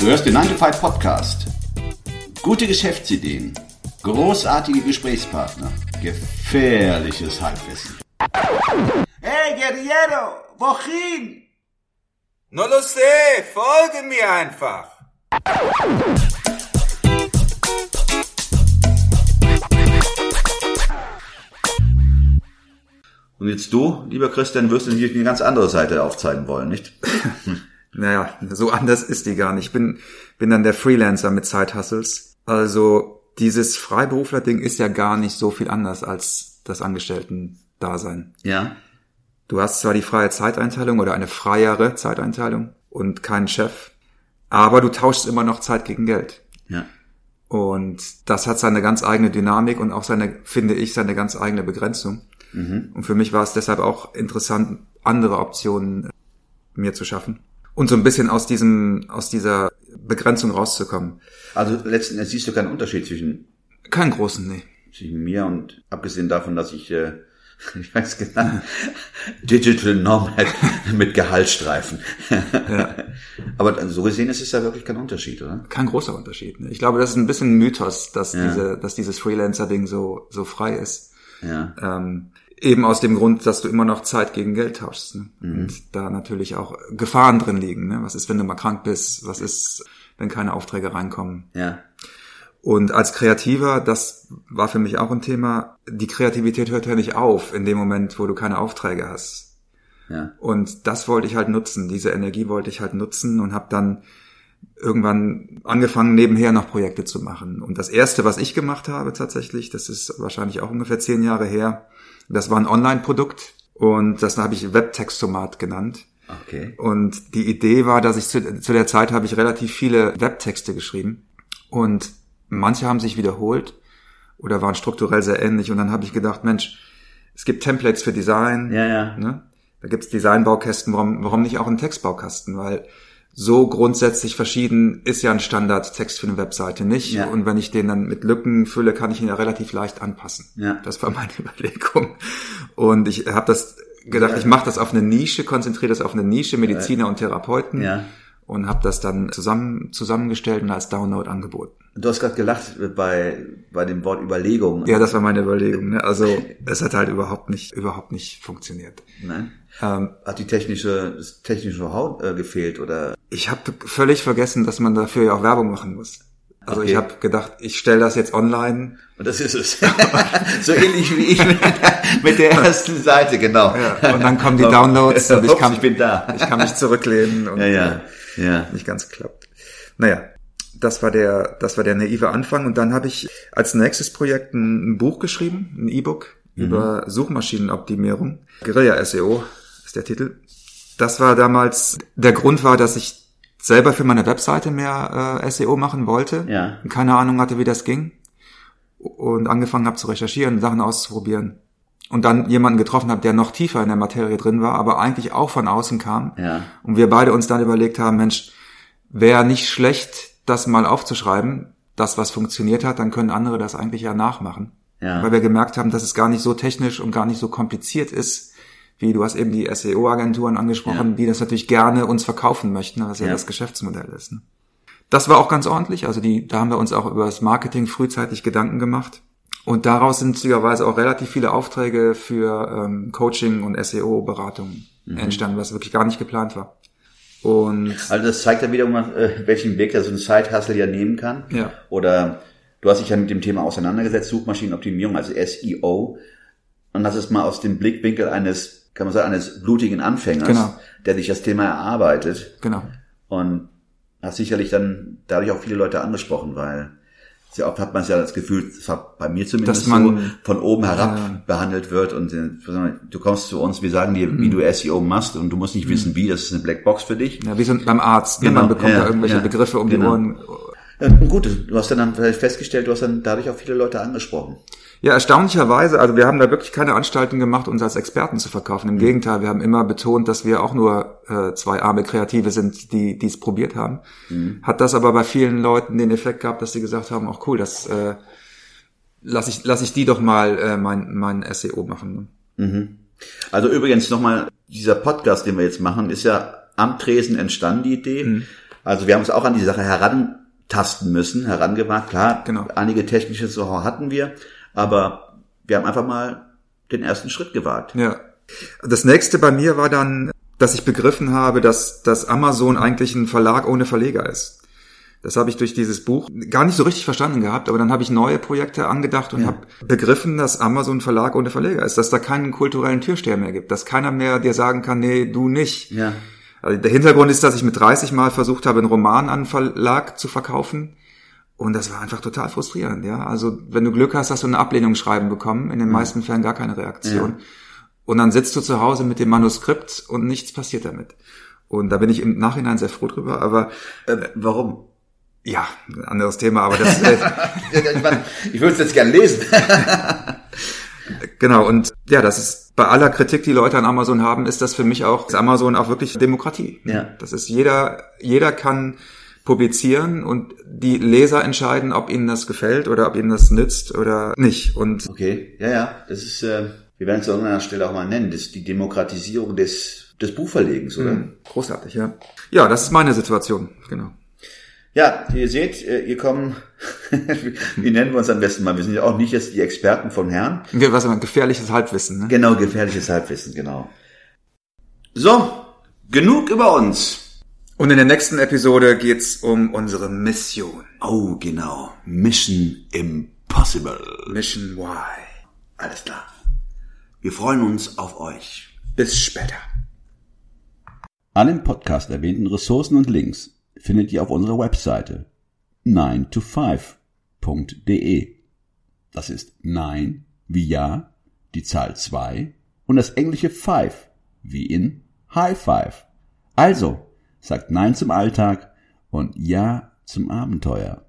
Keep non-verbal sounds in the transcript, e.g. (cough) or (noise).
hörst den 9 to 5 Podcast. Gute Geschäftsideen, großartige Gesprächspartner, gefährliches Halbwissen. Hey, Guerriero, wohin? No lo sé, folge mir einfach. Und jetzt du, lieber Christian, wirst du natürlich eine ganz andere Seite aufzeigen wollen, nicht? Naja, so anders ist die gar nicht. Ich bin, bin dann der Freelancer mit Side-Hustles. Also dieses Freiberufler-Ding ist ja gar nicht so viel anders als das Angestellten-Dasein. ja. Du hast zwar die freie Zeiteinteilung oder eine freiere Zeiteinteilung und keinen Chef, aber du tauschst immer noch Zeit gegen Geld. Ja. Und das hat seine ganz eigene Dynamik und auch seine, finde ich, seine ganz eigene Begrenzung. Mhm. Und für mich war es deshalb auch interessant, andere Optionen äh, mir zu schaffen. Und so ein bisschen aus diesem, aus dieser Begrenzung rauszukommen. Also letzten Endes siehst du keinen Unterschied zwischen Keinen großen, nee. zwischen mir und abgesehen davon, dass ich, äh, (laughs) ich weiß (laughs) genau, Digital Nomad (laughs) mit Gehaltsstreifen. (laughs) Aber so gesehen ist es ja wirklich kein Unterschied, oder? Kein großer Unterschied. Ne? Ich glaube, das ist ein bisschen Mythos, dass Ja. diese, dass dieses Freelancer-Ding so, so frei ist. Ja. Ähm, eben aus dem Grund, dass du immer noch Zeit gegen Geld tauschst. Ne? Und da natürlich auch Gefahren drin liegen. Ne? Was ist, wenn du mal krank bist? Was ist, wenn keine Aufträge reinkommen? Ja. Und als Kreativer, das war für mich auch ein Thema, die Kreativität hört ja nicht auf in dem Moment, wo du keine Aufträge hast. Ja. Und das wollte ich halt nutzen, diese Energie wollte ich halt nutzen und habe dann irgendwann angefangen, nebenher noch Projekte zu machen. Und das Erste, was ich gemacht habe tatsächlich, das ist wahrscheinlich auch ungefähr zehn Jahre her, das war ein Online-Produkt und das habe ich Webtextomat genannt. Okay. Und die Idee war, dass ich zu, zu der Zeit habe ich relativ viele Webtexte geschrieben und manche haben sich wiederholt oder waren strukturell sehr ähnlich und dann habe ich gedacht, Mensch, es gibt Templates für Design, Ja, ja. ne? da gibt's Designbaukästen, warum, warum nicht auch einen Textbaukasten, weil so grundsätzlich verschieden ist ja ein Standardtext für eine Webseite nicht Ja. und wenn ich den dann mit Lücken fülle, kann ich ihn ja relativ leicht anpassen. Ja. Das war meine (laughs) Überlegung. Und ich habe das gedacht, ich mache das auf eine Nische, konzentriere das auf eine Nische, Mediziner und Therapeuten. Ja. Und habe das dann zusammen, zusammengestellt und als Download angeboten. Du hast gerade gelacht bei, bei dem Wort Überlegung. Ja, das war meine Überlegung. Ne? (laughs) Also es hat halt überhaupt nicht, überhaupt nicht funktioniert. Nein. Ähm, Hat die technische, das technische Know-how äh, gefehlt oder? ich habe völlig vergessen, dass man dafür ja auch Werbung machen muss. Also Okay. ich habe gedacht, ich stelle das jetzt online. Und das ist (laughs) es. so ähnlich wie ich mit der ersten Seite, genau. Ja, und dann (laughs) kommen die Downloads und ich Ups, kann, ich bin da. Ich kann mich (laughs) zurücklehnen. Und, äh, Ja, ja, ja. nicht ganz geklappt. Naja, das war der, das war der naive Anfang. Und dann habe ich als nächstes Projekt ein, ein Buch geschrieben, ein E-Book über Suchmaschinenoptimierung. Guerilla SEO ist der Titel. Das war damals, der Grund war, dass ich selber für meine Webseite mehr äh, SEO machen wollte. Ja. Und keine Ahnung hatte, wie das ging. Und angefangen habe zu recherchieren, Sachen auszuprobieren. Und dann jemanden getroffen habe, der noch tiefer in der Materie drin war, aber eigentlich auch von außen kam. Ja. Und wir beide uns dann überlegt haben, Mensch, wäre nicht schlecht, das mal aufzuschreiben, das, was funktioniert hat, dann können andere das eigentlich ja nachmachen. Ja. Weil wir gemerkt haben, dass es gar nicht so technisch und gar nicht so kompliziert ist, wie du hast eben die SEO-Agenturen angesprochen, Ja. die das natürlich gerne uns verkaufen möchten, was ja, Ja. das Geschäftsmodell ist. Ne? Das war auch ganz ordentlich. Also die, da haben wir uns auch über das Marketing frühzeitig Gedanken gemacht. Und daraus sind zügigerweise auch relativ viele Aufträge für ähm, Coaching und SEO-Beratung entstanden, was wirklich gar nicht geplant war. Und Mhm. Also das zeigt ja wieder, mal, äh, welchen Weg da so ein Side-Hustle ja nehmen kann. Ja. Oder du hast dich ja mit dem Thema auseinandergesetzt, Suchmaschinenoptimierung, also SEO. Und das ist mal aus dem Blickwinkel eines, kann man sagen, eines blutigen Anfängers, Genau. der sich das Thema erarbeitet. genau. Und hast sicherlich dann dadurch auch viele Leute angesprochen, weil sehr oft hat man es ja das Gefühl, das war bei mir zumindest Dass man- so, von oben herab Ja. behandelt wird und äh, du kommst zu uns, wir sagen dir, wie du SEO machst und du musst nicht wissen, wie, das ist eine Blackbox für dich. Ja, wie so ein- beim Arzt. ne? Genau, Man bekommt ja, da irgendwelche ja, Begriffe um genau. die Ohren. Ja, Ähm, Gut, du hast dann, dann vielleicht festgestellt, du hast dann dadurch auch viele Leute angesprochen. Ja, erstaunlicherweise, also wir haben da wirklich keine Anstalten gemacht, uns als Experten zu verkaufen. Im Gegenteil, wir haben immer betont, dass wir auch nur äh, zwei arme Kreative sind, die die es probiert haben. Mhm. Hat das aber bei vielen Leuten den Effekt gehabt, dass sie gesagt haben, auch cool, das äh, lass ich lass ich die doch mal äh, mein mein SEO machen. ne? Also übrigens nochmal, dieser Podcast, den wir jetzt machen, ist ja am Tresen entstanden, die Idee. Also wir haben uns auch an die Sache herantasten müssen, herangewagt. Klar, Genau. einige technische Know-how hatten wir, aber wir haben einfach mal den ersten Schritt gewagt. Ja. Das nächste bei mir war dann, dass ich begriffen habe, dass, dass Amazon eigentlich ein Verlag ohne Verleger ist. Das habe ich durch dieses Buch gar nicht so richtig verstanden gehabt, aber dann habe ich neue Projekte angedacht und habe begriffen, dass Amazon ein Verlag ohne Verleger ist, dass da keinen kulturellen Türsteher mehr gibt, dass keiner mehr dir sagen kann, nee, du nicht. Ja. Also der Hintergrund ist, dass ich mit 30 Mal versucht habe, einen Roman an einen Verlag zu verkaufen. Und das war einfach total frustrierend, ja. Also, wenn du Glück hast, hast du eine Ablehnungsschreiben bekommen, in den meisten Fällen gar keine Reaktion. Und dann sitzt du zu Hause mit dem Manuskript und nichts passiert damit. Und da bin ich im Nachhinein sehr froh drüber, aber Äh, warum? ja, ein anderes Thema, aber das, äh, ich meine, ich würde es jetzt gern lesen. (laughs) genau, und ja, das ist bei aller Kritik, die Leute an Amazon haben, ist das für mich auch, ist Amazon auch wirklich Demokratie. Ja. Das ist jeder, jeder kann publizieren und die Leser entscheiden, ob ihnen das gefällt oder ob ihnen das nützt oder nicht. Und Okay, ja, ja, das ist, äh, wir werden es an einer Stelle auch mal nennen, das ist die Demokratisierung des, des Buchverlegens, oder? Mhm. Großartig, ja. Ja, das ist meine Situation, genau. Ja, ihr seht, äh, ihr kommen, (laughs) wie nennen wir uns am besten mal? Wir sind ja auch nicht jetzt die Experten von Herrn. Wir- Was immer gefährliches Halbwissen, ne? Genau, gefährliches Halbwissen, genau. So, genug über uns. Und in der nächsten Episode geht's um unsere Mission. Oh, genau. Mission Impossible. Mission Why. Alles klar. Wir freuen uns auf euch. Bis später. Alle im Podcast erwähnten Ressourcen und Links findet ihr auf unserer Webseite 9to5.de. Das ist 9 wie ja, die Zahl 2 und das englische 5 wie in High Five. Also sagt Nein zum Alltag und Ja zum Abenteuer.